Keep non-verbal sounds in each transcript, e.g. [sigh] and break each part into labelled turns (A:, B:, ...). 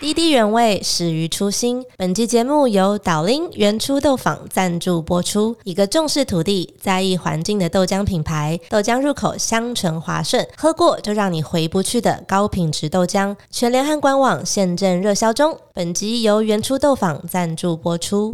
A: 滴滴原味始于初心。本期节目由岛林原初豆坊赞助播出。一个重视土地、在意环境的豆浆品牌，豆浆入口香醇滑顺，喝过就让你回不去的高品质豆浆。全联和官网现正热销中。本集由原初豆坊赞助播出。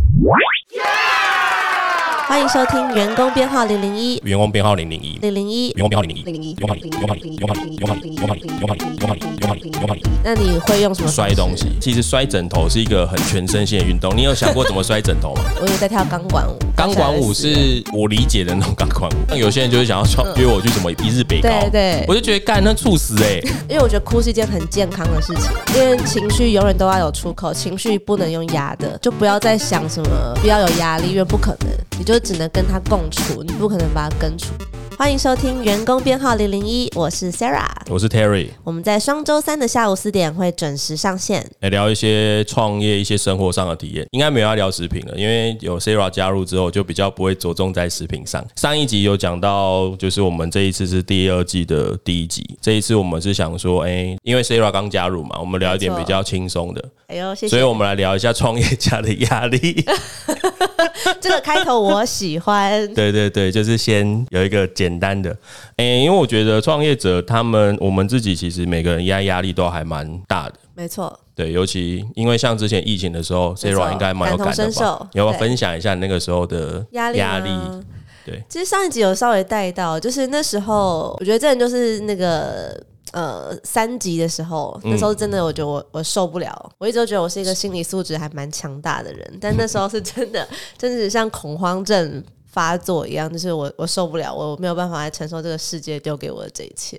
A: 欢迎收听员工编号零零一
B: 员工编号零零一，
A: 零零一。
B: 员工编号零零一，
C: 零零一，
B: 员工号零零一，员工号零零一，员工号零零一，员工号零零一，员工号零零一，员工号零零一，员工号零零一，员工号零零一。
A: 那你会用什么？
B: 摔东西，，其实摔枕头是一个很全身性的运动。你有想过怎么摔枕头吗？
A: 我有在跳钢管舞。
B: 钢管舞是我理解的那种钢管舞，像有些人就是想要说约我去什么一日北高，
A: 嗯对对
B: 我就觉得干那猝死哎、
A: 因为我觉得哭是一件很健康的事情，因为情绪永远都要有出口，情绪不能用压的，就不要再想什么不要有压力，因为不可能，你就只能跟他共处，你不可能把他根除。欢迎收听员工编号零零一，我是 Sarah，
B: 我是 Terry，
A: 我们在双周三的下午四点会准时上线。
B: 来聊一些创业、一些生活上的体验。应该没有要聊食品了，因为有 Sarah 加入之后，就比较不会着重在食品上。上一集有讲到，就是我们这一次是第二季的第一集，这一次我们是想说，哎、因为 Sarah 刚加入嘛，我们聊一点
A: 没错
B: 比较轻松的，
A: 哎呦，谢
B: 所以
A: 谢！
B: 我们来聊一下创业家的压
A: [laughs]
B: 力。。
A: 这个开头我喜欢
B: 对对对，就是先有一个简单的，诶、因为我觉得创业者他们，我们自己其实每个人压压力都还蛮大的。
A: 没错，
B: 对，尤其因为像之前疫情的时候
A: 没错
B: ，Sarah 应该蛮有感
A: 感
B: 的
A: 同身
B: 吧
A: 受？
B: 你要不要
A: 对
B: 分享一下你那个时候的
A: 压力啊
B: 压
A: 吗
B: 力？啊对，
A: 其实上一集有稍微带到，就是那时候我觉得真的就是那个。呃，三级的时候，那时候真的，我觉得我我受不了。我一直都觉得我是一个心理素质还蛮强大的人，但那时候 [laughs] 是真的，真的是像恐慌症发作一样，就是我我受不了，我没有办法来承受这个世界丢给我的这一切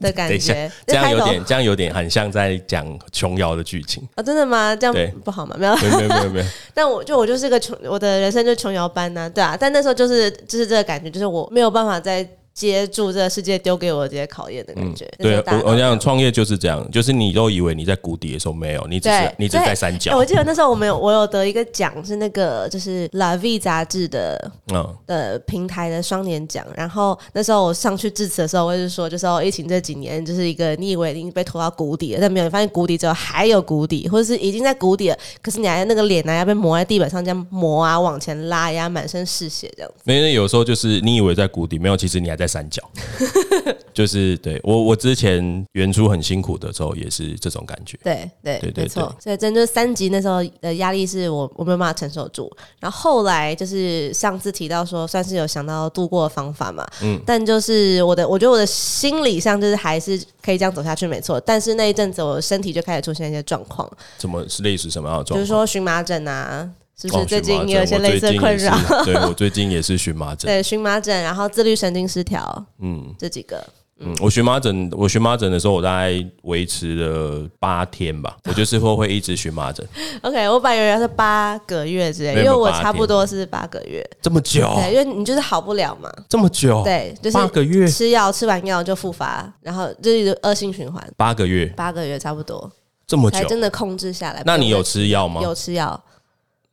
A: 的感 [laughs]
B: 等一下
A: 觉。，
B: 这样
A: 开
B: 有
A: 头
B: 点，这样有点很像在讲琼瑶的
A: [laughs]
B: 剧情。
A: 啊，真的吗？这
B: 对
A: 样不好吗？没有，
B: 没有没有没有没有，
A: 但我就我就是个穷，我的人生就是穷摇班呐、对啊。但那时候就是就是这个感觉，就是我没有办法再接住这个世界丢给我的这些考验的感觉。 [laughs] 那时
B: 嗯对
A: 候大家
B: 我
A: 都
B: 我
A: 这样
B: 想创业就是这样，就是你都以为你在谷底的时候没有，你只是
A: 对
B: 你只是在山
A: 哎
B: 脚
A: 我，记得那时候我们有我有得一个奖，是那个就是《La V》杂志的
B: 嗯，
A: 的平台的双年奖。然后那时候我上去致辞的时候，我就说，就是哦，疫情这几年就是一个你以为已经被拖到谷底了，但没有，你发现谷底之后还有谷底，或者是已经在谷底了，可是你还那个脸啊呢、要被磨在地板上这样磨啊，往前拉呀，满身是血这样。
B: 因为有时候就是你以为在谷底，没有，其实你还在山脚。
A: [laughs]
B: 就是对我，我之前原初很辛苦的时候，也是这种感觉。
A: 对对
B: 对对
A: 没错。所以真就是三级那时候的压力是我我没有办法承受住，然后后来就是上次提到说算是有想到度过的方法嘛，嗯，但就是我的我觉得我的心理上就是还是可以这样走下去没错，但是那一阵子我身体就开始出现一些状况，
B: 怎么是类似什么样的
A: 比
B: 状
A: 如
B: 况？
A: 说荨麻疹啊，是不
B: 哦
A: 是最近也有一些
B: 荨麻疹
A: 类似的困扰？
B: 我最近也是对我最近也是荨麻
A: [laughs]
B: 疹。
A: 对，荨麻疹，然后自律神经失调，嗯，这几个。
B: 嗯，我荨麻疹，我荨麻疹的时候，我大概维持了八天吧。我就是会会一直荨麻疹，
A: OK，我本来以为是八个月之类，
B: 没
A: 因
B: 有
A: 为我
B: 八天哦
A: 差不多是八个月，
B: 这么久，
A: 对，因为你就是好不了嘛，
B: 这么久，
A: 对，就是
B: 哦八个月，
A: 吃药吃完药就复发，然后就是恶性循环，
B: 八个月
A: 八个月差不多
B: 这么
A: 才
B: 久。
A: 真的控制下来。
B: 那你有吃药吗？
A: 有吃药？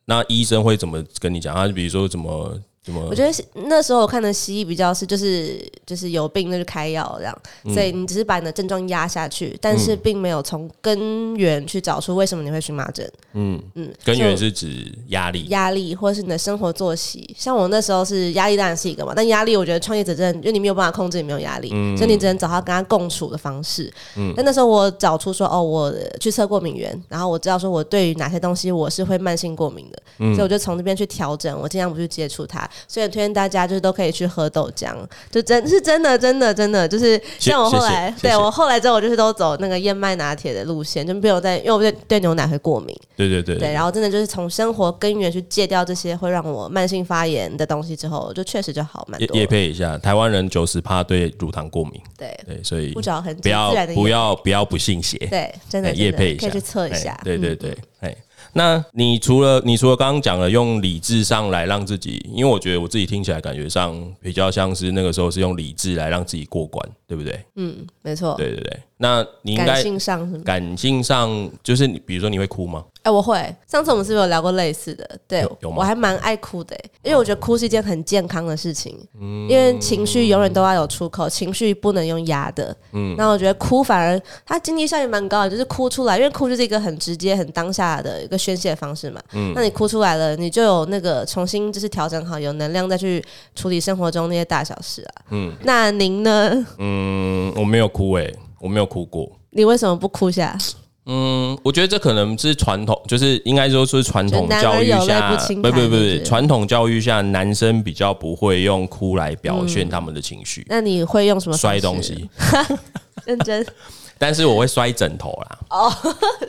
B: 那医生会怎么跟你讲？他比如说怎么怎么
A: 我觉得是那时候我看的西医比较是就是就是有病那就开药这样，
B: 嗯
A: 所以你只是把你的症状压下去，但是并没有从根源去找出为什么你会荨麻疹、
B: 根源
A: 就是
B: 指压力。
A: 压力或是你的生活作息。像我那时候是压力当然是一个嘛，但压力我觉得创业者真的，因为你没有办法控制，你没有压力，
B: 嗯
A: 所以你只能找他跟他共处的方式。但那时候我找出说，哦，我去测过敏源，然后我知道说我对于哪些东西我是会慢性过敏的，
B: 嗯
A: 所以我就从这边去调整，我尽量不去接触它。所以推荐大家就是都可以去喝豆浆，就真是真的真的真的就是
B: 谢
A: 像我后来
B: 谢谢谢谢
A: 对我后来之后我就是都走那个燕麦拿铁的路线，就没有在因为我对对牛奶会过敏，
B: 对对对
A: 对，然后真的就是从生活根源去戒掉这些会让我慢性发炎的东西之后，就确实就好蛮
B: 叶
A: 多
B: 叶
A: 了。
B: 配一下，台湾人九十趴对乳糖过敏，
A: 对，
B: 对，所以
A: 不找很
B: 不
A: 自
B: 要
A: 然的
B: 不
A: 盐
B: 要不要不信邪，
A: 对，真
B: 哎
A: 的真
B: 叶
A: 的
B: 配一
A: 可
B: 下，
A: 以去测一
B: 哎
A: 下。
B: 对
A: 嗯
B: 对对，哎，那你除了你除了刚刚讲了用理智上来让自己，因为我觉得我自己听起来感觉上比较像是那个时候是用理智来让自己过关，对不对？
A: 嗯，没错。
B: 对对对，那你应
A: 感
B: 该
A: 性上是吗？
B: 感性上就是你，比如说你会哭吗？
A: 哎、我会。上次我们是不是有聊过类似的？对
B: 有有，吗
A: 我还蛮爱哭的、欸因为我觉得哭是一件很健康的事情。
B: 嗯
A: 因为情绪永远都要有出口，情绪不能用压的。嗯，那我觉得哭反而它经济效益蛮高的，就是哭出来，因为哭就是一个很直接、很当下的一个宣泄方式嘛。嗯，那你哭出来了，你就有那个重新就是调整好，有能量再去处理生活中那些大小事啊。嗯，那您呢？
B: 嗯，我没有哭诶、我没有哭过。
A: 你为什么不哭下？
B: 嗯，我觉得这可能是传统，就是应该说是传统教育
A: 就男儿有
B: 下
A: 泪不，轻弹
B: 不不不
A: 是不是
B: 不，传统教育下男生比较不会用哭来表现他们的情绪，
A: 嗯那你会用什么方
B: 摔
A: 式
B: 东？西，
A: 认真
B: 但是我会摔枕头啦，
A: 哦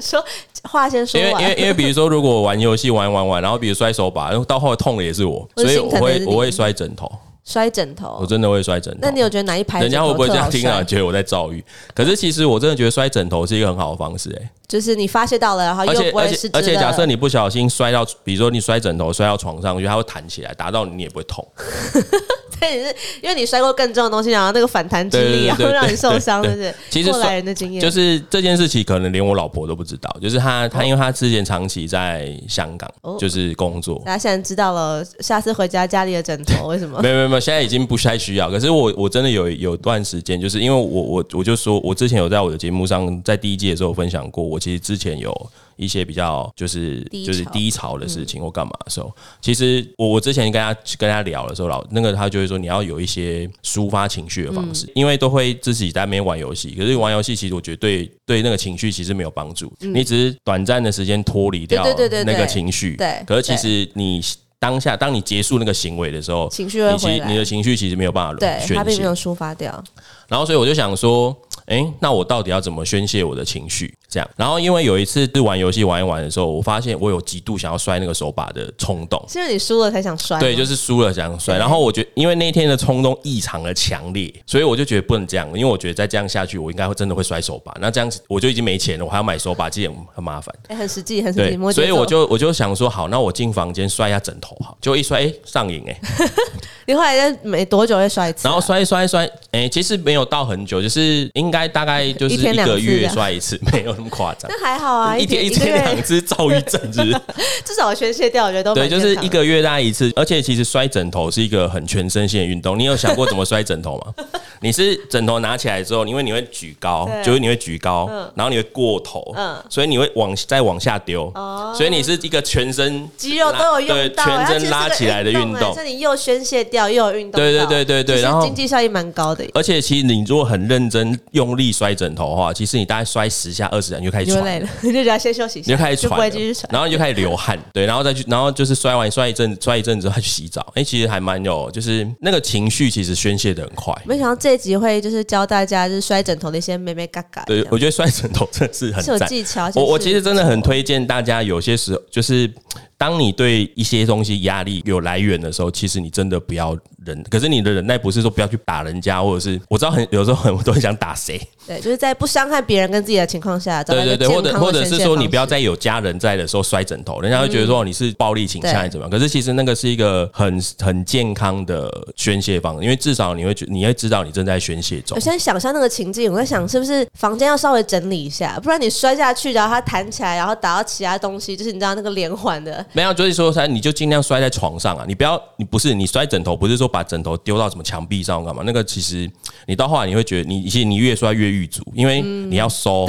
A: 说话先说
B: 因为因
A: 完。
B: 为因为比如说，如果我玩游戏玩玩玩，然后比如摔手把，然后到后来痛的也是我，
A: 或者
B: 所以
A: 心疼
B: 我
A: 的是
B: 会
A: 你
B: 我会摔枕头，
A: 摔枕
B: 我
A: 头。
B: 真的会摔枕头
A: 那。你有觉得哪一排
B: 人家会不会这样听
A: 枕头特好
B: 啊？
A: 摔
B: 觉得我在造遇？可是其实我真的觉得摔枕头是一个很好的方式、欸，
A: 就是你发泄到了，然后
B: 而
A: 又
B: 且
A: 不
B: 而
A: 会失
B: 且
A: 职
B: 而且，假设
A: [laughs] 你
B: 你不小心摔到，比如说你摔枕头摔到床上去，它会弹起来，打到你你也不会痛。
A: 对，你是 [laughs] 因为你摔过更重的东西，然后那个反弹之力，
B: 对对对
A: 然后
B: 对
A: 让你
B: 对
A: 受伤，
B: 对
A: 是不是？
B: 其实
A: 过来
B: 摔
A: 人的经验
B: 就是这件事情，可能连我老婆都不知道。就是她，她因为她之前长期在香港
A: 哦，
B: 就是工作，
A: 大家现在知道了，下次回家家里的枕头为什么
B: [laughs] 没？有没有没有，现在已经不太需要。可是我我真的有有段时间，就是因为我我我就说，我之前有在我的节目上，在第一季的时候有分享过，我其实之前有一些比较就是
A: 低
B: 就是
A: 潮嗯
B: 低潮的事情或干嘛的时候，其实我我之前跟他跟他聊的时候，老那个他就会说你要有一些抒发情绪的方式，
A: 嗯
B: 因为都会自己在那边玩游戏，可是玩游戏其实我觉得对对那个情绪其实没有帮助，你只是短暂的时间脱离掉
A: 嗯对对对对
B: 那
A: 对
B: 个情绪，
A: 对
B: 可是其
A: 对
B: 实你。当下，当你结束那个行为的时候，
A: 情绪会
B: 你其
A: 回
B: 实你
A: 来
B: 的，情绪其实没有办法
A: 对
B: 宣，
A: 他并没
B: 泄
A: 有。抒发掉，
B: 然后所以我就想说，诶，那我到底要怎么宣泄我的情绪？这样。然后因为有一次是玩游戏玩一玩的时候，我发现我有极度想要摔那个手把的冲动。
A: 是因为你输了才想摔吗。
B: 对，就是输了想摔，然后我觉因为那一天的冲动异常的强烈，所以我就觉得不能这样，因为我觉得再这样下去，我应该会真的会摔手把。那这样子我就已经没钱了，我还要买手把，这也很麻烦。
A: 哎，很实际，很实际
B: 对，，
A: 摩羯
B: 所以
A: 座
B: 我就我就想说，好，那我进房间摔一下枕头，好，就一摔，诶，哎上瘾诶。
A: 你后来在没多久会摔一次啊，
B: 然后摔一摔一摔，哎、其实没有到很久，就是应该大概就是
A: 一天
B: 一
A: 两
B: 个
A: 次
B: 月
A: 啊
B: 摔一次，没有那么夸张。
A: 那还好 [laughs] 啊，
B: 一天
A: 天
B: 一
A: 个
B: 天两
A: 月
B: 次躁郁症，是不
A: [laughs]
B: 是？
A: 至少宣泄掉，我觉得都
B: 对，
A: 蛮
B: 就是
A: 健
B: 一
A: 康的
B: 个月大概一次。而且其实摔枕头是一个很全身性的运动。你有想过怎么摔枕头吗？你是枕头拿起来之后，因为你会举高，
A: 对
B: 就是你会举高，然后你会过头，
A: 嗯哦
B: 所以你会往再往下丢。所以你是一个全身
A: 肌肉都有
B: 对
A: 用到，
B: 全
A: 它其实
B: 身
A: 是
B: 拉
A: 个
B: 起来的运
A: 哎
B: 动
A: 所。以你又宣泄掉，又有运动到，
B: 对对对对对
A: 其实
B: 然后
A: 经济效益蛮高的，
B: 而且其实你如果很认真用力摔枕头的话，其实你大概摔十下二十下你就开
A: 你
B: 始
A: 就
B: 喘
A: 累，了， [laughs] 你就觉得先休息一下，
B: 你就开始
A: 就不
B: 喘
A: 会
B: 了
A: 继续喘，
B: 然后你就开始流汗，对，然后再去，然后就是摔完摔一阵，摔一阵之后再去洗澡。哎、其实还蛮有，就是那个情绪其实宣泄的很快。
A: 没想到这一集会就是教大家就是摔枕头的一些妹妹嘎嘎，
B: 对，我觉得摔枕头真的
A: 是
B: 是
A: 有
B: 很赞。
A: 技巧。
B: 我我
A: 就是
B: 其实真的很推荐大家，有些时候就是当你对一些东西压力有来源的时候，其实你真的不要忍。可是你的忍耐不是说不要去打人家，或者是我知道很有时候很多人想打谁，
A: 对，就是在不伤害别人跟自己的情况下，找到
B: 对
A: 一个
B: 对对，
A: 健
B: 或者
A: 康的
B: 或者
A: 宣
B: 是
A: 泄
B: 说
A: 方
B: 你不要
A: 式
B: 在有家人在的时候摔枕
A: 嗯
B: 头，人家会觉得说你是暴力倾向还是怎么样。可是其实那个是一个很很健康的宣泄方式，因为至少你会觉你会知道你正在宣泄中
A: 我。现在想象那个情境，我在想是不是房间要稍微整理一下，不然你摔下去，然后它弹起来，然后打到其他东西，就是你知道那个连环的，
B: 没有，就是说，你就尽量摔在床上啊，你不要，你不是你摔枕头，不是说把枕头丢到什么墙壁上或干嘛？那个其实你到后来你会觉得你，其实你越摔越狱足，因为你要收，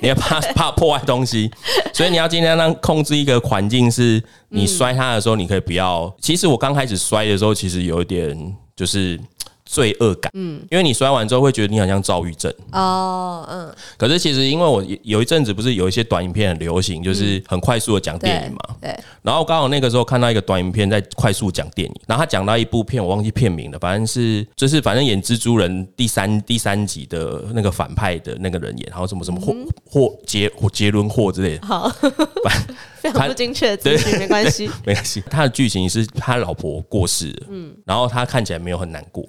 B: 你要怕怕破坏东西，所以你要尽量让控制一个环境是，你摔它的时候你可以不要。其实我刚开始摔的时候，其实有一点就是罪恶感，嗯，因为你摔完之后会觉得你好像躁郁症。
A: 哦，嗯，
B: 可是其实因为我有一阵子不是有一些短影片很流行，就是很快速的讲电影嘛，
A: 对，
B: 然后刚好那个时候看到一个短影片在快速讲电影，然后他讲到一部片，我忘记片名了，反正是就是反正演蜘蛛人第三第三集的那个反派的那个人演，然后什么什么霍
A: 嗯
B: 霍杰霍杰伦霍之类的， [laughs]
A: 好，非常不精确的资
B: 对
A: 哦讯，没关系。
B: [laughs] 没关系。他的剧情是他老婆过世了，嗯，然后他看起来没有很难过，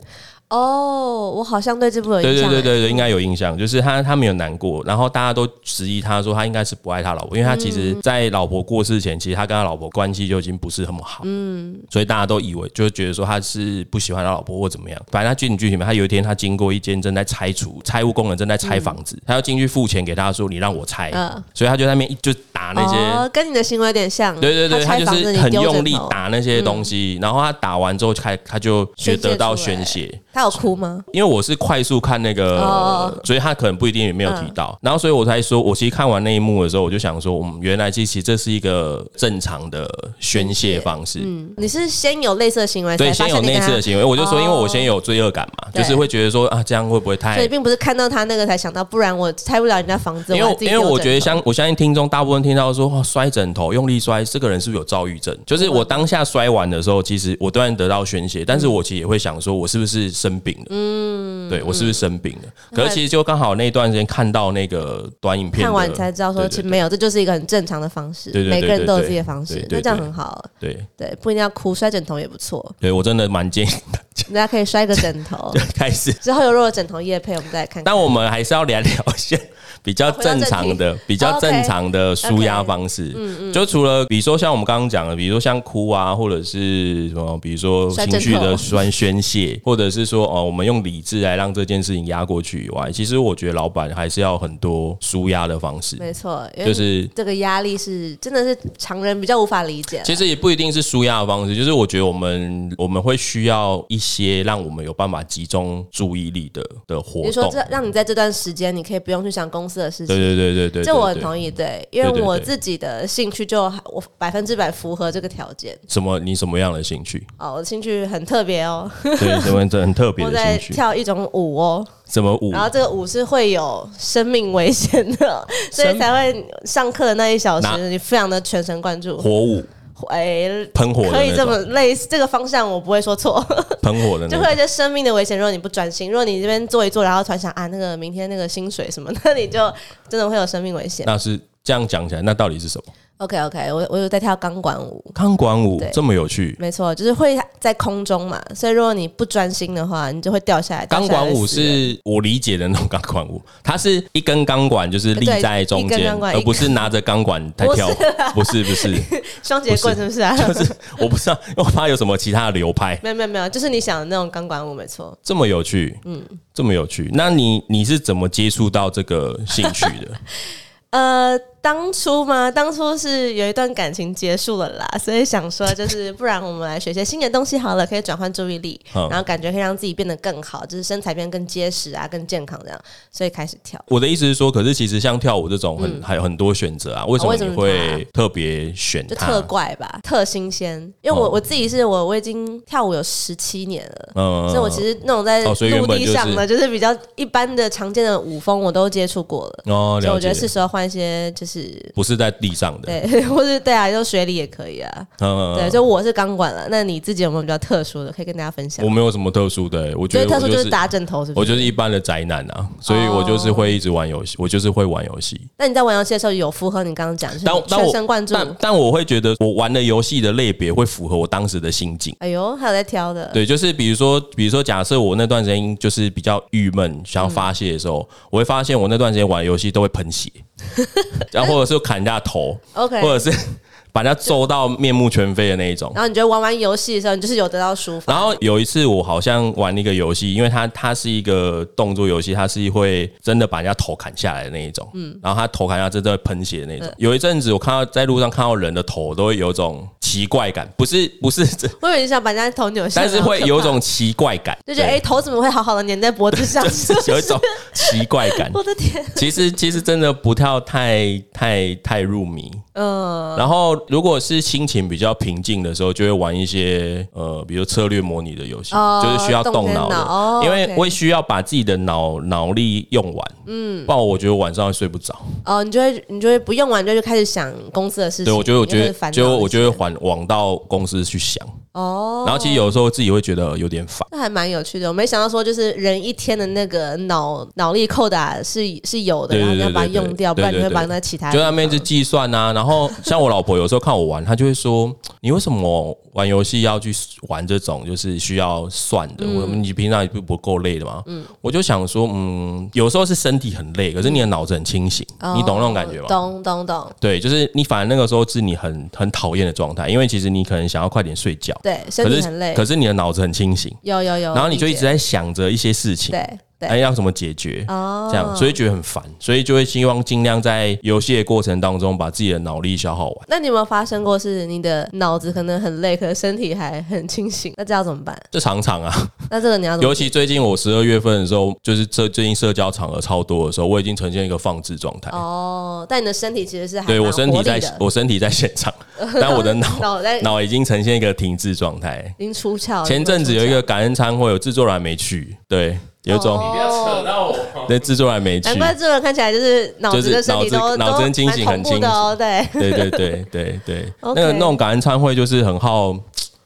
A: 哦，我好像对这部有
B: 对
A: 印
B: 对
A: 象，
B: 对对对，应该有印象，就是他他没有难过，然后大家都质疑他说他应该是不爱他老婆，因为他其实
A: 嗯
B: 在老婆过世前，其实他跟他老婆关系就已经不是很好，嗯，所以大家都以为就觉得说他是不喜欢他老婆或怎么样。反正他剧情剧情里面，他有一天他经过一间正在拆除拆屋工人正在拆房子，他要进去付钱给他说你让我拆，
A: 嗯
B: 所以他就在那边一就打打那些。
A: 哦，跟你的行为有点像。
B: 对对对，他
A: 拆
B: 就
A: 房子
B: 是
A: 你
B: 很
A: 丢枕
B: 用力
A: 头
B: 打那些东
A: 嗯
B: 西，然后他打完之后，开他就觉得到宣泄。
A: 他有哭吗？
B: 因为我是快速看那个，
A: 哦嗯
B: 所以他可能不一定也没有提到。然后，所以我才说，我其实看完那一幕的时候，我就想说，嗯，原来其实这是一个正常的宣泄方式。
A: 嗯，你是先有类似的行为，
B: 对，
A: 才
B: 先
A: 发
B: 有
A: 现你
B: 那一
A: 跟
B: 次
A: 他
B: 的，行为，我就说，因为我先有罪恶感嘛，就是
A: 对
B: 会觉得说啊，这样会不会太
A: 所以并不是看到他那个才想到，不然我拆不了人家房子。
B: 因
A: 我还
B: 为
A: 自己
B: 因为
A: 丢枕
B: 我
A: 头
B: 觉得相我相信听众大部分听到说哇摔枕头用力摔，这个人是不是有躁郁症？就是
A: 嗯
B: 我当下摔完的时候，其实我当然得到宣泄，但是我其实也会想说，我是不是生病了？嗯，对我是不是生病了？可是其实就刚好那段时间看到那个短影片的，
A: 看完才知道说，
B: 对
A: 其实没有，这就是一个很正常的方式
B: 对对，
A: 每
B: 对
A: 个人都有自己的方
B: 对
A: 式
B: 对，对
A: 那这样很好。
B: 对对
A: 对，不一定要哭，摔枕头也不错，
B: 对，我真的蛮建议。
A: 大家可以摔个枕头
B: [laughs] 开始，
A: 之后有若有枕头夜配，我们再来看看。
B: 但我们还是要来聊一些比较正常
A: 哦回到哦
B: 的、比较正常的舒压方式。
A: 嗯
B: 就除了比如说像我们刚刚讲的，比如说像哭啊，或者是什么，比如说
A: 摔
B: 情
A: 枕
B: 绪的
A: 头
B: 酸宣泄，或者是说哦，我们用理智来让这件事情压过去以外，其实我觉得老板还是要很多舒压的方式，
A: 没错，因
B: 就
A: 为
B: 是
A: 这个压力是真的是常人比较无法理解。
B: 其实也不一定是舒压的方式，就是我觉得我们我们会需要一些让我们有办法集中注意力的的
A: 比
B: 活
A: 如说，
B: 动。
A: 这让你在这段时间，你可以不用去想公司的事
B: 对
A: 情。
B: 对对对对，
A: 这我很
B: 对
A: 同意，对，因
B: 对
A: 为
B: 对
A: 我
B: 对
A: 自己的兴趣就我百分之百符合这个条件
B: 什么你什么样的兴趣？
A: 哦，我的兴趣很特别哦， [laughs]
B: 对，什么这很特别
A: 我
B: 的
A: 在
B: 兴趣，嗯
A: 跳一种舞哦，
B: 什么舞
A: 然？后这个舞是会有生命危险的， [laughs] 所以才会上课的那一小
B: 哪
A: 时你非常的全神贯注，
B: 火舞，
A: 哎，
B: 喷火的
A: 可以
B: 那
A: 这么
B: 种，嗯
A: 类似这个方向，我不会说错， [laughs]
B: 喷火的那
A: 就会有
B: 种。
A: 一些生命的危险。如果你不专心，如果你这边做一做，然后突然想啊，那个明天那个薪水什么的， [laughs] 那你就真的会有生命危险。
B: 那是这样讲起来，那到底是什么？
A: OK OK，我我有在跳钢管舞，
B: 钢管舞
A: 对
B: 这么有趣？
A: 没错，就是会在空中嘛，所以如果你不专心的话，你就会掉下来。
B: 钢管舞
A: 掉下来会死人
B: 是我理解的那种钢 [laughs] 管舞，它是一根钢管就是立在中
A: 对一根啊
B: 间，
A: 钢管
B: 而不是拿着钢管在跳舞。不是不是，
A: [laughs] 双节棍，是不是啊？
B: 我不知道，因为我怕有什么其他的流
A: [laughs]
B: 派。
A: 没有没有没有，就是你想的那种钢管舞，没错。
B: 这么有趣，嗯，这么有趣。那你你是怎么接触到这个兴趣的？
A: 呃，当初嘛，当初是有一段感情结束了啦，所以想说，就是不然我们来学些新的东西好了，可以转换注意力，
B: 嗯
A: 然后感觉可以让自己变得更好，就是身材变得更结实啊，更健康这样，所以开始跳。
B: 我的意思是说，可是其实像跳舞这种很、还有很多选择啊，为什
A: 嗯
B: 么
A: 哦为什
B: 你
A: 么
B: 会特别选
A: 就
B: 它？
A: 特怪吧，特新鲜，因为我、
B: 哦
A: 我自己是我我已经跳舞有十七年了，
B: 嗯
A: 所以我其实那种在
B: 哦所以原
A: 陆
B: 本
A: 地上的，
B: 就
A: 就是比较一般的常见的舞风，我都接触过了。
B: 哦，
A: 所以
B: 了
A: 我觉
B: 解，
A: 得是时候换一些，就是
B: 不是在地上的，
A: 对， [laughs] 或是对啊，就水里也可以啊。
B: 嗯，
A: 对，
B: 嗯
A: 所以我是钢管了。那你自己有没有比较特殊的，可以跟大家分享
B: 我？没有什么特殊的、我
A: 所
B: 觉
A: 以
B: 得
A: 特
B: 我
A: 殊
B: 就
A: 就是是打哦枕头，是不
B: 我
A: 是？
B: 就是一般的宅男啊，所以我就是会一直玩游戏，我就是会玩游戏。
A: 那你在玩游戏的时候有符合你刚刚讲，
B: 但
A: 就是
B: 但
A: 全
B: 我
A: 神贯注。
B: 但但我会觉得我玩的游戏的类别会符合我当时的心境。
A: 哎呦，还有在挑的，
B: 对，就是比如说，比如说，假设我那段时间就是比较郁闷，想要发泄的时候，我会发现我那段时间玩游戏都会喷血，然后或者是砍人家头，
A: ，OK。
B: 或者是 [laughs] 把人家揍到面目全非的那一种。
A: 然后你觉得玩完游戏的时候，你就是有得到抒
B: [laughs]
A: 发。
B: 然后有一次我好像玩一个游戏，因为它它是一个动作游戏，它是会真的把人家头砍下来的那一种，嗯，然后他头砍下来真的会喷血的那种。有一阵子我看到在路上看到人的头都会有种奇怪感，不是不是这，
A: 我以为你想把人家头扭下来，
B: 但是
A: 好可
B: 会
A: 怕
B: 有一种奇怪感，
A: 就觉得哎、
B: 对
A: 诶头怎么会好好的粘在脖子上？ [laughs]。
B: 就是 [laughs] 有一种奇怪感
A: 我的天，
B: 其实其实真的不跳太太太入迷，
A: 嗯、
B: 然后如果是心情比较平静的时候，就会玩一些呃，比如策略模拟的游戏，
A: 哦
B: 就是需要动
A: 动点
B: 脑的，
A: 脑哦
B: 因为
A: OK
B: 会需要把自己的脑脑力用完，嗯，不然我觉得晚上会睡不着。
A: 哦，你就会你就会不用完就就开始想公司的事情，
B: 对，我觉得我觉
A: 你就会
B: 得
A: 烦恼
B: 就我
A: 一些
B: 就会往往到公司去想，
A: 哦，
B: 然后其实有时候自己会觉得有点烦。
A: 那还蛮有趣的。我没想到说就是人一天的那个脑脑力扣打是是有的，
B: 对
A: 然后你
B: 对
A: 要把它
B: 对对
A: 用掉，
B: 对
A: 不然你
B: 对
A: 会
B: 对
A: 把那其他
B: 就
A: 地
B: 在那边
A: 方
B: 就计算呐、然后像我老婆有时候看我玩，她就会说：“你为什么玩游戏要去玩这种就是需要算的？
A: 嗯
B: 我你平常不不够累的吗？”我就想说，嗯，有时候是身体很累，可是你的脑子很清醒，你懂那种感觉吗？
A: 哦懂懂懂，
B: 对，就是你反而那个时候是你很很讨厌的状态，因为其实你可能想要快点睡觉，
A: 对，身
B: 可
A: 体
B: 是
A: 很累
B: 可，是你的脑子很清醒，
A: 有有有，
B: 然后你就一直
A: 理解
B: 在想着一些事情，
A: 对。对
B: 哎，要怎么解决？
A: 哦，
B: 这样，所以觉得很烦，所以就会希望尽量在游戏的过程当中把自己的脑力消耗完。
A: 那你有没有发生过是你的脑子可能很累，可是身体还很清醒？那这要怎么办？
B: 这常常啊，
A: 那这个你要怎么
B: 尤其最近我十二月份的时候，就是这最近社交场合超多的时候，我已经呈现一个放置状态。
A: 哦？但你的身体其实是还
B: 对
A: 蛮
B: 我身
A: 活
B: 体
A: 力
B: 在
A: 的，
B: 我身体在现
A: [laughs]
B: 场，但我的脑
A: 脑袋
B: 脑已经呈现一个停滞状态。
A: 已经出窍了。
B: 前阵子有一个感恩餐会，有制作人没去，对，有一种
A: 哦
C: 不要扯到我。
B: [laughs] 对制作人没去
A: 难，怪这个人看起来就是脑子跟身体
B: 就
A: 都
B: 是脑子脑子跟清醒
A: 都蛮同步的哦，对。
B: 对对对对
A: [laughs]
B: 对，那
A: OK
B: 个那种感恩餐会就是很耗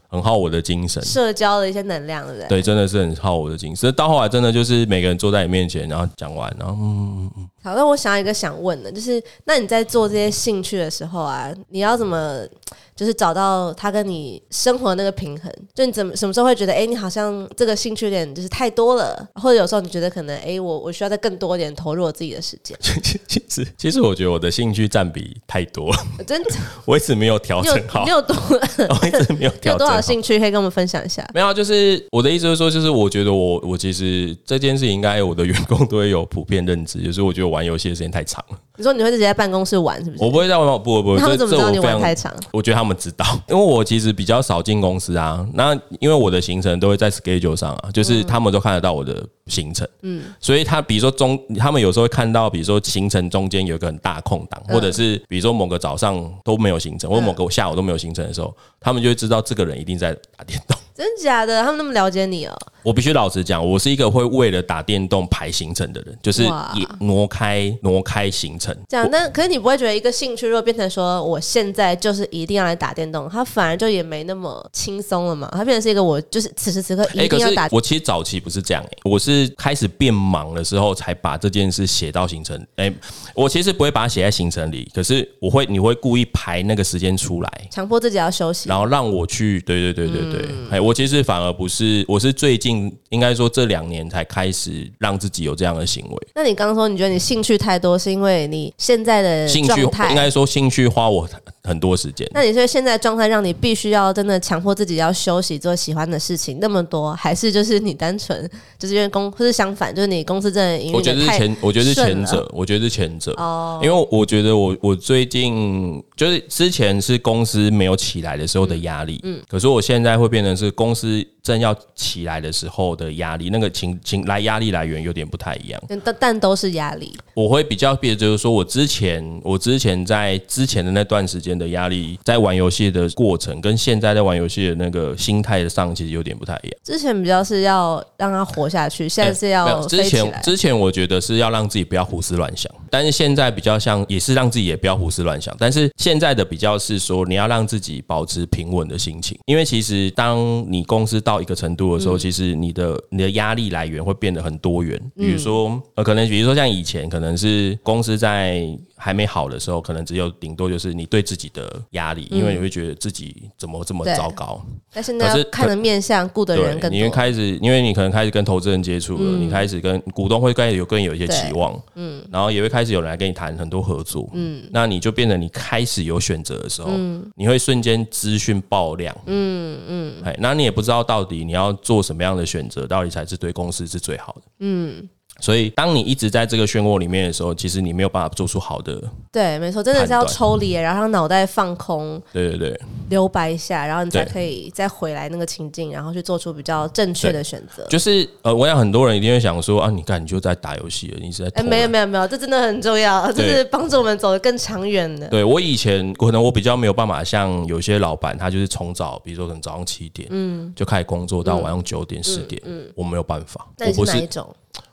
B: 很耗我的精神，
A: 社交的一些能量，对不对？
B: 对，真的是很耗我的精神。到后来真的就是每个人坐在你面前，然后讲完，然后 [laughs] 嗯
A: 好，那我想一个想问的，就是那你在做这些兴趣的时候啊，你要怎么就是找到它跟你生活那个平衡？就你怎么什么时候会觉得，哎、你好像这个兴趣点就是太多了，或者有时候你觉得可能，哎、我我需要再更多一点投入我自己的时
B: [laughs]
A: 间，
B: 其实其实我觉得我的兴趣占比太多了，
A: 我真的
B: 我一直没有调
A: 你有
B: 整好
A: 你，有多
B: [laughs] 我一直没有
A: 你有
B: 调
A: 多
B: 整
A: 少
B: 好。
A: 兴趣可以跟我们分享一
B: [laughs]
A: 下？
B: 没有啊，就是我的意思就是说，就是我觉得我我其实这件事情应该我的员工都会有普遍认知，就是我觉得玩游戏的时间太长了，
A: 你说你会自己在办公室玩是不是？
B: 我不会在玩，不不不，
A: 那他们
B: 这
A: 怎么
B: 这
A: 知道
B: 我
A: 你
B: 非
A: 玩
B: 常
A: 太长？
B: 我觉得他们知道， [laughs] 因为我其实比较少进公司啊。那因为我的行程都会在 schedule 上啊，就是他们都看得到我的行程。嗯，所以他比如说中，他们有时候会看到，比如说行程中间有一个很大空档，或者是比如说某个早上都没有行程，或者某个下午都没有行程的时候，他们就会知道这个人一定在打电动。 [laughs]
A: 真的假的？他们那么了解你哦、
B: 我必须老实讲，我是一个会为了打电动排行程的人，就是
A: 哇
B: 也挪开挪开行程。
A: 这样，但可是你不会觉得一个兴趣如果变成说我现在就是一定要来打电动，它反而就也没那么轻松了嘛？它变成是一个我就是此时此刻
B: 哎、
A: 一
B: 可
A: 定
B: 是
A: 要打。
B: 我其实早期不是这样、欸，我是开始变忙的时候才把这件事写到行程。哎、我其实不会把它写在行程里，可是我会，你会故意排那个时间出来，
A: 强迫自己要休息，
B: 然后让我去。对对对对对，
A: 嗯
B: 哎、我其实反而不是，我是最近应该说这两年才开始让自己有这样的行为。
A: 那你刚刚说你觉得你兴趣太多，是因为你现在的
B: 兴趣
A: 状
B: 应
A: 态？
B: 该说兴趣花我很多时间。
A: 那你说现在状态让你必须要真的强迫自己要休息，做喜欢的事情那么多，还是就是你单纯就是因为公，或是相反，就是你公司真的营
B: 我
A: 运
B: 觉
A: 的
B: 得是
A: 太
B: 前，我觉得是前
A: 顺
B: 者，我觉得是前者。哦，因为我觉得我我最近就是之前是公司没有起来的时候的压力，嗯，可是我现在会变成是公司正要起来的时候的压力，那个情情来压力来源有点不太一样。
A: 但但都是压力，
B: 我会比较别就是说我之前我之前在之前的那段时间的压力，在玩游戏的过程跟现在在玩游戏的那个心态上其实有点不太一样。
A: 之前比较是要让它活下去，现在是
B: 哎没
A: 要
B: 有
A: 飞
B: 之
A: 起
B: 前
A: 来。
B: 之前我觉得是要让自己不要胡思乱想，但是现在比较像也是让自己也不要胡思乱想，但是现在的比较是说你要让自己保持平稳的心情，因为其实当你公司到一个程度的
A: 嗯
B: 时候，其实你的你的压力来源会变得很多元，比如说呃可能比如说像以前可能是公司在还没好的时候，可能只有顶多就是你对自己的压力，因为你会觉得自己怎么这么
A: 对
B: 糟糕，
A: 但现在
B: 可是
A: 要看的面相，顾的
B: 对，
A: 人更
B: 你会
A: 多。嗯
B: 开始，因为你可能开始跟投资人接触了，你开始跟股东会开始有更有一些期望，嗯，然后也会开始有人来跟你谈很多合作，嗯，那你就变成你开始有选择的时候，
A: 嗯
B: 你会瞬间资讯爆量，嗯嗯，哎，那你也不知道到底你要做什么样的选择，到底才是对公司是最好的，嗯。所以，当你一直在这个漩涡里面的时候，其实你没有办法做出好的，
A: 对，没错，真的是要
B: 判断
A: 抽离，然后让脑袋放空，
B: 对对对，
A: 留白一下，然后你才
B: 对
A: 可以再回来那个情境，然后去做出比较正确的选择。
B: 就是呃，我想很多人一定会想说啊，你看你就在打游戏了，你是在偷
A: 哎，
B: 懒
A: 没有没有没有，这真的很重要，这
B: 对
A: 是帮助我们走得更长远的。
B: 对我以前可能我比较没有办法像有些老板，他就是从早，比如说可能早上七点，嗯，就开始工作到晚上九点十点，嗯，我没有办法，
A: 那
B: 我
A: 你
B: 不
A: 是哪一
B: 是
A: 种？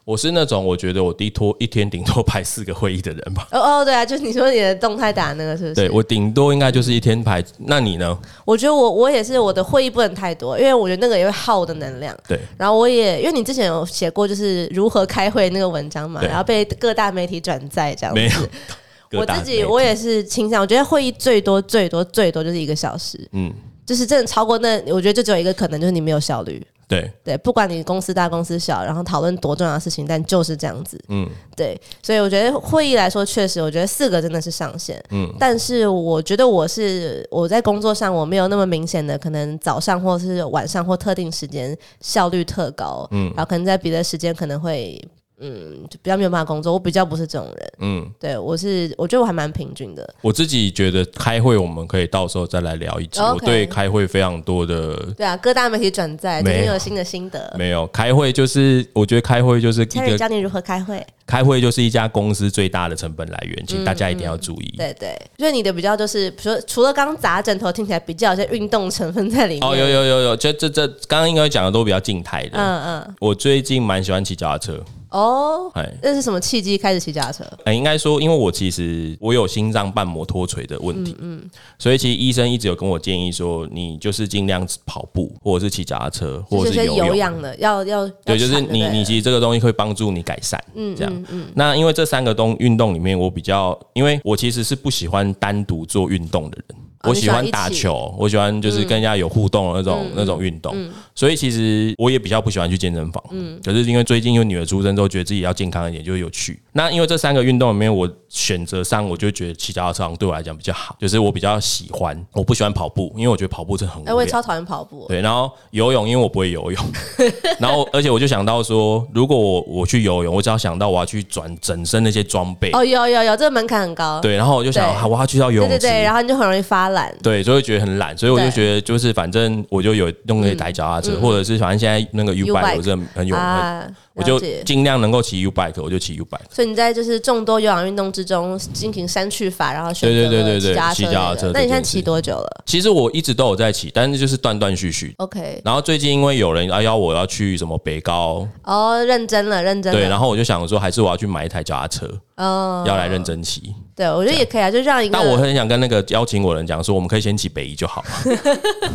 B: 我是那种我觉得我低拖一天顶多排四个会议的人吧，
A: 哦哦，对啊，就是你说你的动态打那 [laughs] 个是不是？
B: 对我顶多应该就是一天排，那你呢？
A: 我觉得我我也是，我的会议不能太多，因为我觉得那个也会耗我的能量。
B: 对，
A: 然后我也因为你之前有写过就是如何开会那个文章嘛，
B: 对
A: 然后被各大媒体转载这样子。
B: 没有。
A: [laughs] 我
B: [laughs] 各大
A: 自己
B: 媒
A: 我
B: 体
A: 也是倾向，我觉得会议最多最多最多就是一个小时，
B: 嗯
A: 就是真的超过那，我觉得就只有一个可能就是你没有效率，
B: 对，
A: 对，不管你公司大公司小，然后讨论多重要的事情，但就是这样子。
B: 嗯，
A: 对，所以我觉得会议来说，确实，我觉得四个真的是上限。嗯，但是我觉得我是我在工作上我没有那么明显的，可能早上或是晚上或特定时间效率特高，嗯，然后可能在别的时间可能会。嗯，就比较没有办法工作，我比较不是这种人。
B: 嗯，
A: 对我是，我觉得我还蛮平均的。
B: 我自己觉得开会我们可以到时候再来聊一集。
A: 哦 OK
B: 我对开会非常多的
A: 对啊，各大媒体转载最
B: 没
A: 近
B: 有
A: 有新的心得。
B: 没有开会，就是我觉得开会就是一
A: Terry
B: 个
A: 教你如何开会。
B: 开会就是一家公司最大的成本来源，请大家一定要注意。
A: 对对，所以你的比较就是，比如说除了刚刚砸枕头听起来比较有些运动成分在里面。
B: 哦，有有有有，这这这刚刚应该讲的都比较静态的。
A: 嗯嗯，
B: 我最近蛮喜欢骑脚踏车，
A: 哦，
B: 哎。
A: 那是什么契机开始骑脚踏车？
B: 呃，应该说，因为我其实我有心脏瓣膜脱垂的问题，嗯，所以其实医生一直有跟我建议说，你就是尽量跑步，或者是骑脚踏车，或
A: 就
B: 者
A: 是
B: 是
A: 些
B: 游
A: 有
B: 泳。
A: 氧的，要要
B: 对，就
A: 要
B: 是
A: 喘的
B: 你
A: 对
B: 你其实这个东西会帮助你改善，嗯，这样。那因为这三个东运动里面，我比较，因为我其实是不喜欢单独做运动的人，
A: 哦
B: 我
A: 你
B: 喜
A: 喜欢
B: 欢
A: 一
B: 打
A: 起嗯
B: 球，我喜欢就是跟人家有互动的那种、那种运动，所以其实我也比较不喜欢去健身房，嗯。可是因为最近有女儿出生之后，觉得自己要健康一点，就有趣。那因为这三个运动里面，我选择上我就觉得骑脚踏车好像对我来讲比较好，就是我比较喜欢，我不喜欢跑步，因为我觉得跑步真的很无
A: 哎，
B: 聊。
A: 我也超讨厌跑步。
B: 对，然后游泳，因为我不会游泳， [laughs] 然后而且我就想到说，如果我我去游泳，我只要想到我要去转整身那些装备，
A: 哦，有有有，这个门槛很高。
B: 对，然后我就想、
A: 对
B: 啊我要去到游
A: 对
B: 泳池，
A: 对对，然后你就很容易发懒。
B: 对，所以觉得很懒，所以我就
A: 对嗯
B: 觉得就是反正我就有用那个台脚踏车，或者是反正现在那个 U bike
A: bike
B: 我是很很有，很
A: 啊，
B: 我就
A: 了解。
B: 尽量能够骑 U bike，我就骑 U bike。
A: 所以你在就是众多有氧运动之中进行删去法，然后选择
B: 对对对
A: 了
B: 对对
A: 骑脚踏
B: 骑脚踏
A: 这
B: 车
A: 个那你
B: 这
A: 现在
B: 件
A: 骑
B: 事
A: 多久了
B: 其实我一直都有在骑，但是就是断断续续。
A: ？OK，
B: 然后最近因为有人啊邀我要去什么北高，
A: 哦，认真了，认真
B: 对，
A: 了。
B: 然后我就想说还是我要去买一台脚踏车，
A: 嗯，
B: 要来认真骑。
A: 对，我觉得也可以啊，就让一个
B: 但我很想跟那个邀请我的人讲说，我们可以先骑北移就好了。 [laughs] 对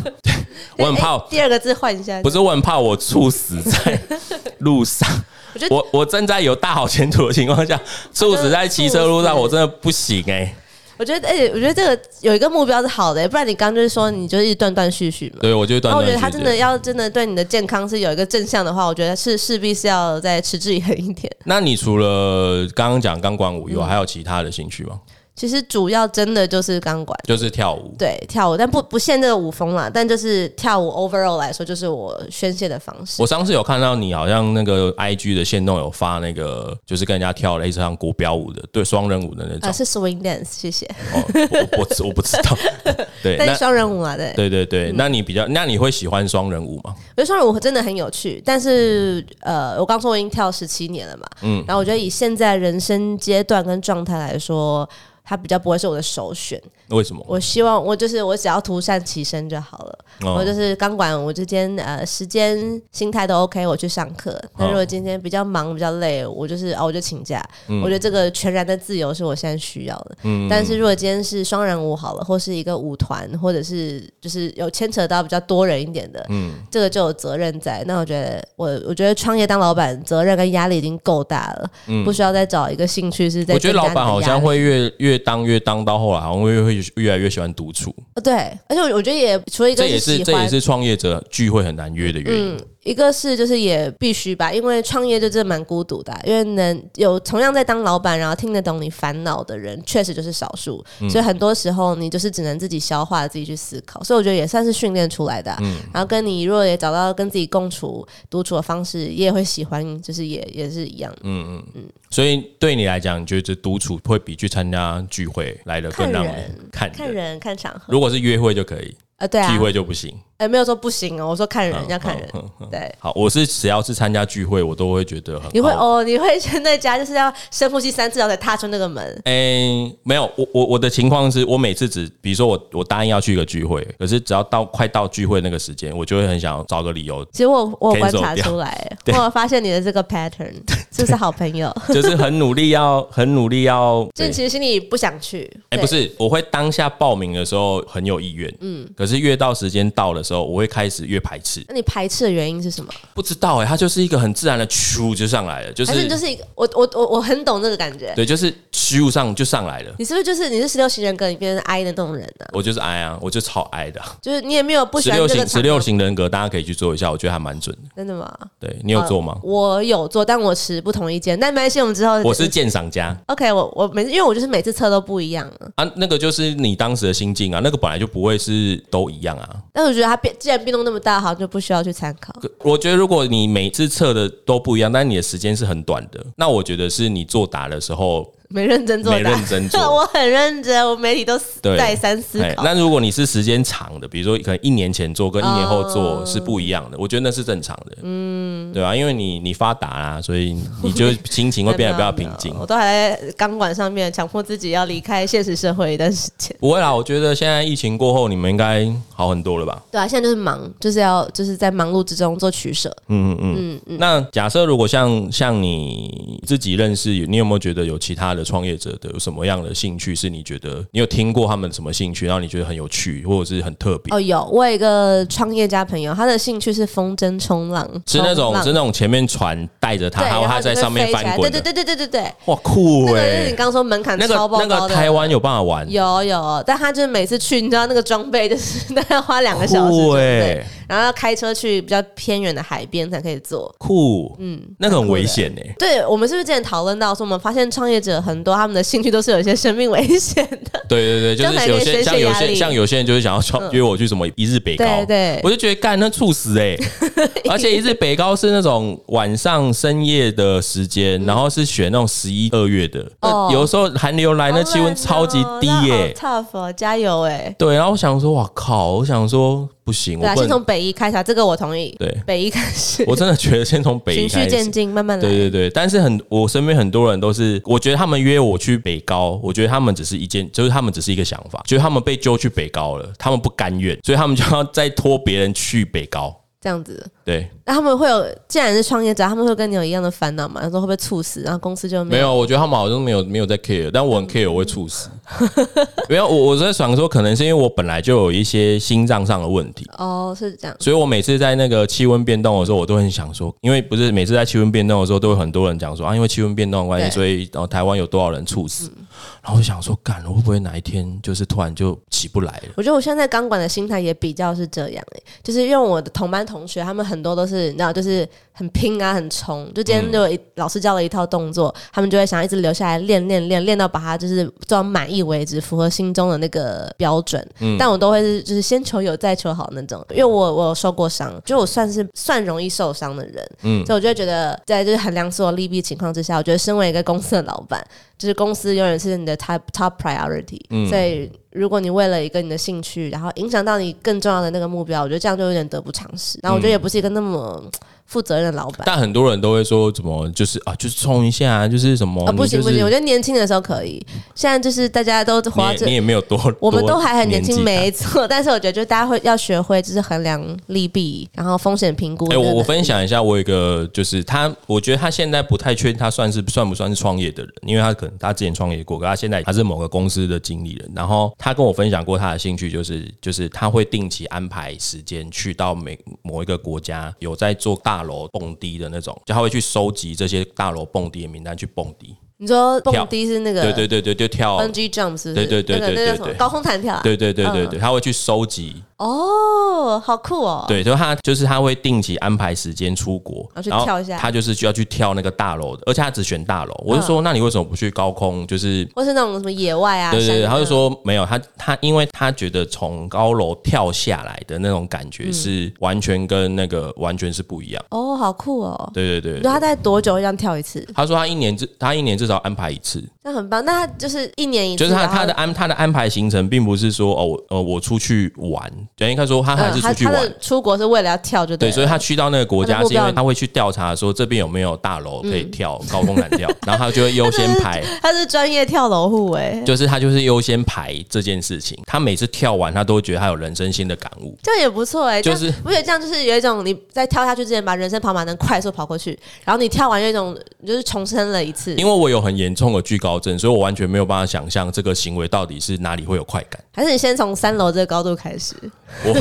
B: 我很怕，
A: 第二个字换一下，
B: 哦不是我很怕我猝死在路上
A: 我觉。得
B: 我我正在有大好前途的情况下，猝死在骑车路上，我真的不行哎、
A: 我觉得，而且我觉得这个有一个目标是好的、不然你刚刚就是说你就是一直断断续续嘛。
B: 对，我就
A: 然
B: 断
A: 后我
B: 断
A: 觉
B: 续
A: 得他
B: 续。
A: 真的要真的对你的健康是有一个正向的话，我觉得是势必是要再持之以恒一点。 [laughs]
B: 那你除了刚刚讲钢管舞以
A: 嗯
B: 外，还有其他的兴趣吗？
A: 其实主要真的就是钢管，
B: 就是跳舞。
A: 对跳舞，但不不限这个舞风啦，但就是跳舞 overall 来说，就是我宣泄的方式
B: 我。上次有看到你好像那个 I G 的线动有发那个，就是跟人家跳类似像国标舞的，对双人舞的那
A: 啊，
B: 种。
A: 是 swing dance，谢谢。
B: 哦，我我我不知
A: [laughs]
B: 道。对，
A: 但
B: 那
A: 是双人舞啊，对，
B: 对对对，那你比较，那你会喜欢双人舞吗？
A: 我觉得双人舞真的很有趣，但是呃，我刚说我已经跳十七年了嘛，嗯，然后我觉得以现在人生阶段跟状态来说，它比较不会是我的首选。
B: 为什么？
A: 我希望我就是我只要独善其身就好了。
B: 哦
A: 我就是钢管，我之间呃时间心态都 OK，我去上课。
B: 哦
A: 但如果今天比较忙比较累，我就是哦我就请假。
B: 嗯
A: 我觉得这个全然的自由是我现在需要的。但是如果今天是双人舞好了，或是一个舞团，或者是就是有牵扯到比较多人一点的，
B: 嗯
A: 这个就有责任在。那我觉得我我觉得创业当老板责任跟压力已经够大了，不需要再找一个兴趣是在
B: 嗯我觉得
A: 增加
B: 老
A: 你
B: 板
A: 的
B: 好
A: 压
B: 像
A: 力
B: 会越越当越当到后来，好像会会越来越喜欢独处，
A: 呃对，而且我我觉得也除了一个
B: 这也
A: 喜
B: 是
A: 欢，
B: 这也是创业者聚会很难约的原因。
A: 嗯，一个是就是也必须吧，因为创业就真的蛮孤独的啊、因为能有同样在当老板，然后听得懂你烦恼的人，确实就是少数，
B: 嗯
A: 所以很多时候你就是只能自己消化，自己去思考，所以我觉得也算是训练出来的啊、
B: 嗯
A: 然后跟你如果也找到跟自己共处、独处的方式，也会喜欢，就是也也是一样，
B: 嗯所以对你来讲，你觉得独处会比去参加聚会来的
A: 看
B: 更让你
A: 人
B: 看
A: 看人看场合，
B: 如果是约会就可以，
A: 呃，对啊
B: 聚，会就不行。
A: 呃，没有说不行哦，我说看人
B: 嗯
A: 要看人，
B: 嗯嗯嗯
A: 对。
B: 好，我是只要是参加聚会，我都会觉得很
A: 你会
B: 好
A: 哦，你会先在家就是要深呼吸三次，然后才踏出那个门。
B: 诶、哎没有，我我我的情况是我每次只，比如说我我答应要去一个聚会，可是只要到快到聚会那个时间，我就会很想找个
A: [laughs]
B: 理由，
A: 其实我我有观
B: Cancel
A: 察
B: 掉
A: 出
B: [laughs]
A: 来，我有发现你的这个 pattern，是不是好朋友？
B: 就是很努力要很努力要。
A: 就
B: 对
A: 其实心里不想去，
B: 哎、
A: 对
B: 不，是，我会当下报名的时候很有意愿，嗯，可是越到时间到的时候，我会开始越排斥。
A: 那你排斥的原因是什么？
B: 不知道哎、它就是一个很自然的咻就上来了，就
A: 还是你就是是一个我我我我很懂这个感觉。
B: 对，就是咻上就上来了。
A: 你是不是就是你是十六型人格里边 I 的那种人呢、
B: 我就是 I 啊，我就超
A: [laughs]
B: I 的。
A: 就是你也没有不喜
B: 十
A: 欢
B: 六
A: 这个
B: 型
A: 场
B: 十
A: 合
B: 六型人格，大家可以去做一下，我觉得还蛮准的。
A: 真的吗？呃
B: 对你有做吗？
A: 我有做，但我持不同意见。但没关系，我们之后
B: 我是鉴赏家
A: OK 我。我每次因为我就是每次测都不一样啊，
B: 啊，那个就是你当时的心境啊，那个本来就不会是都一样啊。
A: 但我觉得它变既然变动那么大，好像就不需要去参考。
B: 可我觉得如果你每次测的都不一样，但你的时间是很短的，那我觉得是你作答的时候
A: 没认真做答，啊
B: 没认真做
A: [laughs] 我很认真，我每题都思
B: 对
A: 再三思
B: 哎
A: 考。
B: 那如果你是时间长的，比如说可能一年前做跟一年后
A: 哦
B: 做是不一样的，我觉得那是正常的，嗯，对啊，因为你你发达啦，所以你就心情会变
A: [laughs]
B: 得比较平静
A: 没有没有。我都还在钢管上面强迫自己要离开现实社会一段时间。
B: 不会啦，我觉得现在疫情过后，你们应该好很多了吧？
A: 对啊，现在就是忙，就是要就是在忙碌之中做取舍。
B: 嗯嗯嗯。那假设如果像像你自己认识，你有没有觉得有其他的创业者的有什么样的兴趣是你觉得你有听过他们什么兴趣，然后你觉得很有趣或者是很特别？
A: 哦，有我有一个创业家朋友，他的兴趣是风筝冲浪，
B: 是那种
A: 冲浪
B: 是那种前面船带着他，
A: 对，
B: 然后他在上面翻滚
A: 对
B: 的，
A: 对对对对对对，
B: 哇
A: 那
B: 酷
A: 个就是
B: 哎
A: 你！刚说门槛
B: 那个
A: 超爆
B: 那
A: 高
B: 个
A: 的。
B: 台湾有办法玩，
A: 有有，但他就是每次去，你知道那个装备就是 [laughs] 大概花两个小时
B: 酷
A: 准备
B: 哎，
A: 然后要开车去比较偏远的海边才可以做。
B: 酷，嗯，那个很危险哎。
A: 对我们是不是之前讨论到说，我们发现创业者很多他们的兴趣都是有一些生命危险
B: [laughs]
A: 的？
B: 对对对，
A: 这
B: 就
A: 样才
B: 是
A: 可以
B: 有
A: 宣泄
B: 些像有
A: 压
B: 些
A: 力嗯
B: 像有些人就是想要创约我去什么一日北高，
A: 对对
B: 我就觉得干那猝死
A: [laughs]
B: 哎、而且一日北高是那种晚上深夜的时间，然后是选那种十一二月的，
A: 嗯哦
B: 那有时候寒流来，哎那气温超级低耶、
A: 好 tough 哦，加油哎、
B: 对，然后我想说，哇靠，我想说不行，
A: 对
B: 我
A: 啊，
B: 不
A: 先
B: 能，
A: 从北一开始啊，这个我同意。
B: 对
A: 北一开始，
B: 我真的觉得先从北
A: 循
B: 一
A: 序
B: 开
A: 渐
B: 始。
A: 进，慢慢来。
B: 对对对，但是很，我身边很多人都是，我觉得他们约我去北高，我觉得他们只是一件，就是他们只是一个想法，就是他们被揪去北高了，他们不甘愿，所以他们就要再拖别人去北高。
A: 这样子。
B: 对，
A: 那他们会有，既然是创业者，他们会跟你有一样的烦恼嘛？他说会不会猝死，然后公司就没
B: 没
A: 有。
B: 有，我觉得他们好像没有没有在 care，但我很 care，我会猝死。没有，我我在想说，可能是因为我本来就有一些心脏上的问题，
A: 哦，是这样。
B: 所以我每次在那个气温变动的时候，我都很想说，因为不是每次在气温变动的时候，都有很多人讲说啊，因为气温变动的关系，
A: 对
B: 所以然后台湾有多少人猝死，然后我就想说，干，我会不会哪一天就是突然就起不来了？
A: 我觉得我现在在钢管的心态也比较是这样、欸，就是因为我的同班同学，他们很多都是你知道，就是很拼啊，很冲。就今天就有一、老师教了一套动作，他们就会想要一直留下来练练练，练到把它就是做到满意为止，符合心中的那个标准。但我都会是就是先求有再求好那种，因为我我有受过伤，就我算是算容易受伤的人，
B: 嗯
A: 所以我就会觉得在就是衡量所有利弊情况之下，我觉得身为一个公司的老板，就是公司永远是你的 top top priority，、所
B: 嗯
A: 以如果你为了一个你的兴趣，然后影响到你更重要的那个目标，我觉得这样就有点得不偿失。然后我觉得也不是一个那么嗯负责任的老板。
B: 但很多人都会说，怎么就是啊，就是冲一下啊，就是什么，
A: 啊、不行
B: 你就
A: 不
B: 是
A: 行，我觉得年轻的时候可以，现在就是大家都活到
B: 你也你
A: 这，
B: 也没有多，
A: 我们
B: 多
A: 都还很年
B: 纪
A: 轻，
B: 大
A: 没错。但是我觉得，就大家会要学会，就是衡量利弊，然后风险评估。
B: 哎、我我分
A: 享。
B: 享一下，我有一个就是他，我觉得他现在不太确定他算是算不算是创业的人，因为他可能他之前创业过，可他现在他是某个公司的经理人。然后他跟我分享过他的兴趣就是就是他会定期安排时间去到每某一个国家有在做大楼蹦迪的那种，就他会去收集这些大楼蹦迪的名单去蹦迪。
A: 你说蹦
B: 跳
A: 迪是那个
B: 对对对对，就跳。
A: bungee jump 是不
B: 哦对
A: 是？
B: 对对
A: 那个那
B: 对
A: 叫
B: 对
A: 什么
B: 对
A: 高空弹跳啊？
B: 对对对对
A: 嗯
B: 对，他会去收集，
A: 哦，好酷哦！
B: 对，就他就是他会定期安排时间出国，
A: 然后去跳一下
B: 他就是需要去跳那个大楼的，而且他只选大楼。我就说，那你为什么不去高空？就是
A: 或是那种什么野外啊，
B: 对对
A: 嗯山
B: 对，
A: 上
B: 他就说没有，他他因为他觉得从高楼跳下来的那种感
A: 嗯
B: 觉是完全跟那个完全是不一样。
A: 哦，好酷哦！
B: 对对
A: 你
B: 对
A: 知道
B: 对，
A: 他大概多久会这样跳一次？
B: 他说他一年至他一年至少安排一次，
A: 那很棒，那他就是一年一次，
B: 就是他
A: 然后
B: 他的安他的安排行程并不是说哦我呃我出去玩，对，应该说他还是
A: 嗯
B: 出
A: 他
B: 去
A: 他
B: 玩。
A: 的出国是为了要跳，就
B: 对，所以
A: 了
B: 他去到那个国
A: 啊他
B: 家
A: 的目
B: 是因为
A: 标嗯
B: 他会去调查说这边有没有大楼可以跳、高空弹跳， [laughs] 然后他就会优先排，
A: 他是专业跳楼户哎，
B: 就是他就是优先排这件事情。他每次跳完，他都会觉得他有人生新的感悟。
A: 这样也不错哎，
B: 就是
A: 这样不觉得这样就是有一种你在跳下去之前把人生跑马灯快速跑过去，然后你跳完有一种就是重生了一次
B: 因为我有有很严重的惧高症，所以我完全没有办法想象这个行为到底是哪里会有快感。
A: 还是你先从三楼这个高度开始？
B: 我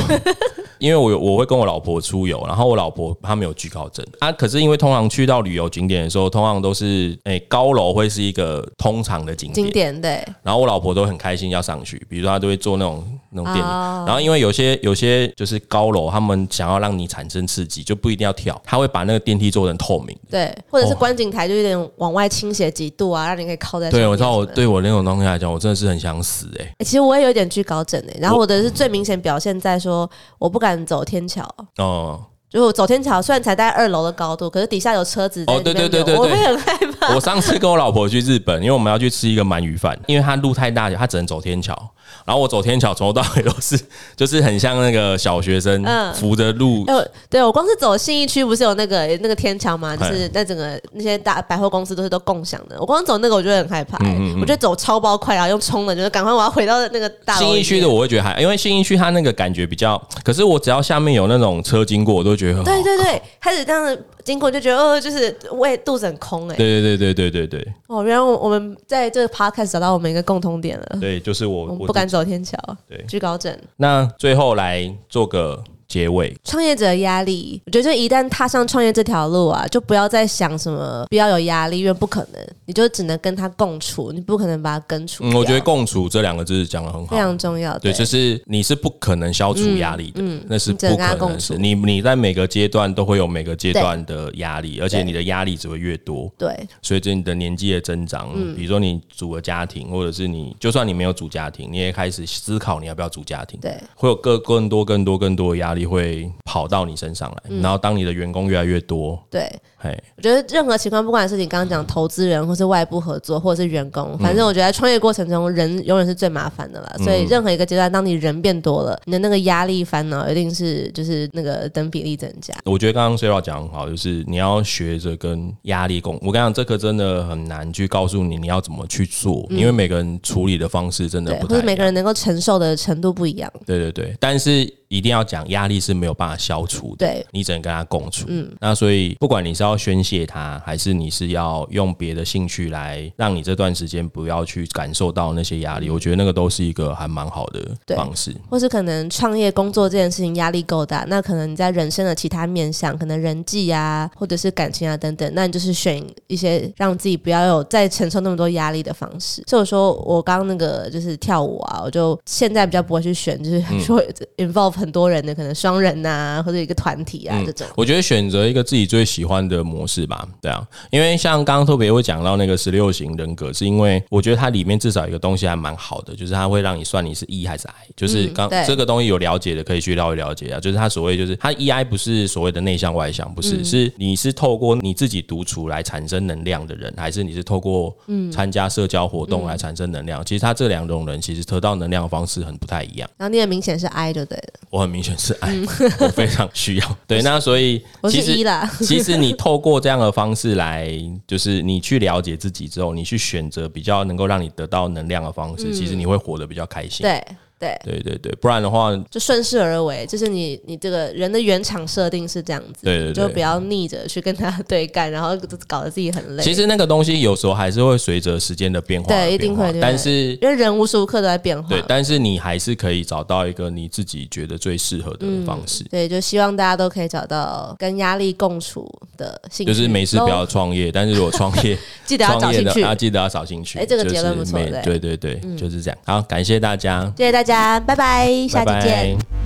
B: 因为我有我会跟我老婆出游，然后我老婆她没有惧高症啊，可是因为通常去到旅游景点的时候，通常都是诶、高楼会是一个通常的景点，
A: 经典欸对，
B: 然后我老婆都很开心要上去，比如说她都会做那种那种电影。
A: 哦
B: 然后因为有些有些就是高楼，他们想要让你产生刺激，就不一定要跳，他会把那个电梯做成透明。
A: 对，或者是
B: 哦
A: 观景台就有点往外倾斜几度啊，让你可以靠在上
B: 对，
A: 面
B: 我知道我
A: 什么的
B: 对我那种东西来讲，我真的是很想死哎、
A: 欸其实我也有点惧高症诶、欸然后我的是最明显表现在说我不敢走天桥，
B: 哦、
A: 就是我走天桥虽然才在二楼的高度，可是底下有车子在
B: 哦
A: 那边
B: 对对对
A: 流我
B: 对对
A: 会很害 [laughs] 怕。
B: 我上次跟我老婆去日本，因为我们要去吃一个鳗鱼饭，因为它路太大，她只能走天桥。然后我走天桥，从头到尾都是，就是很像那个小学生
A: 嗯
B: 扶着路
A: 哎、我对我光是走信义区，不是有那个那个天桥吗？就
B: 哎
A: 是那整个那些大百货公司都是都共享的。我光走那个，我就会很害
B: 嗯
A: 怕、欸我就走超包快，然啊后用冲的，就是赶快我要回到那个大楼里
B: 信
A: 面。
B: 义区的我会觉得还，因为信义区它那个感觉比较，可是我只要下面有那种车经过，我都觉得很好。
A: 对对对，开始这样子经过就觉得哦，就是胃肚子很空哎、
B: 对对对对对对对
A: 哦，原来我我们在这个 podcast 找到我们一个共通点了，
B: 对，就是我
A: 嗯我们
B: 我
A: 不敢。走天桥，
B: 对
A: 惧高症。
B: 那最后来做个结尾，
A: 创业者的压力，我觉得就一旦踏上创业这条路啊，就不要再想什么不要有压力，因为不可能，你就只能跟他共处，你不可能把他根除掉、
B: 嗯，我觉得“共处”这两个字讲的很好
A: 啊非。常重要。
B: 对，
A: 对嗯
B: 就是你是不可能消除压力的，那是
A: 你只能跟
B: 不可
A: 他
B: 能
A: 共
B: 的
A: 处
B: 事。你你在每个阶段都会有每个阶段的压力，而且你的压力只会越多。
A: 对
B: 随着你的年纪的增长，
A: 嗯
B: 比如说你组了家庭，或者是你就算你没有组家庭，你也开始思考你要不要组家庭。
A: 对
B: 会有更更多更多更多的压力会跑到你身上来，
A: 嗯
B: 然后当你的员工越来越多，
A: 对，
B: 嘿，
A: 我觉得任何情况，不管是你刚刚讲投资人，或是外部合作，或者是员工，
B: 嗯
A: 反正我觉得在创业过程中，人永远是最麻烦的啦。所以任何一个阶段，当你人变多了，你的那个压力、烦恼一定是就是那个等比例增加。
B: 我觉得刚刚 Sarah 讲得很好，就是你要学着跟压力共。我跟你讲，这个真的很难去告诉你你要怎么去做，因为每个人处理的方式真的
A: 嗯对，
B: 不
A: 或
B: 太
A: 者每
B: 一
A: 个
B: 样。
A: 人能够承受的程度不一样。
B: 对对对，但是一定要讲，压力是没有办法消除的。
A: 对，嗯
B: 你只能跟他共处，那所以不管你是要宣泄它，还是你是要用别的兴趣来让你这段时间不要去感受到那些压力，我觉得那个都是一个还蛮好的
A: 嗯对
B: 方式。
A: 或是可能创业工作这件事情压力够大，那可能你在人生的其他面向，可能人际啊，或者是感情啊等等，那你就是选一些让自己不要有再承受那么多压力的方式。所以我说我刚刚那个就是跳舞啊，我就现在比较不会去选，就是
B: 嗯
A: 说 involve 很多人的，可能双人呐、或者一个团体啊、这种。
B: 嗯我觉得选择一个自己最喜欢的模式吧，对啊，因为像刚刚特别会讲到那个十六型人格，是因为我觉得它里面至少有一个东西还蛮好的，就是它会让你算你是 E 还是 I，就是
A: 嗯
B: 刚、
A: 对
B: 这个东西有了解的可以去了了解啊，就是它所谓就是它 E I 不是所谓的内向外向，不
A: 嗯
B: 是，是你是透过你自己独处来产生能量的人，还是你是透过
A: 嗯
B: 参加社交活动来产生能量？其实他这两种人其实得到能量的方式很不太一样。
A: 然后你也明显是 I 就对了，
B: 我很明显是
A: 嗯
B: 爱，我非常需要。对，那所以
A: 我
B: 其
A: 是
B: 实
A: E 啦。 [laughs]
B: 其实你透过这样的方式来，就是你去了解自己之后，你去选择比较能够让你得到能量的方式，其实你会活得比较开心。
A: 对嗯对，
B: 对对对不然的话，
A: 就顺势而为，就是你你这个人的原厂设定是这样子，
B: 对对对
A: 就不要逆着去跟他对干，然后搞得自己很累。
B: 其实那个东西有时候还是会随着时间的变化而变化，
A: 对一定会对
B: 但是
A: 因为人无时无刻都在变化
B: 对，，但是你还是可以找到一个你自己觉得最适合的方式。
A: 对，就希望大家都可以找到跟压力共处的兴趣，
B: 就是没事不要创业， [laughs] 但是如果创
A: [laughs]
B: 业，
A: 记得要找
B: 创业
A: 兴
B: 的
A: 趣。
B: 啊，记得要找兴趣。
A: 哎这个
B: 就是
A: 结论不错
B: 每
A: 对嗯
B: 对对对，就是这样。好，感谢大家，
A: 谢谢大家，拜拜，下
B: 拜
A: 期见。
B: 拜。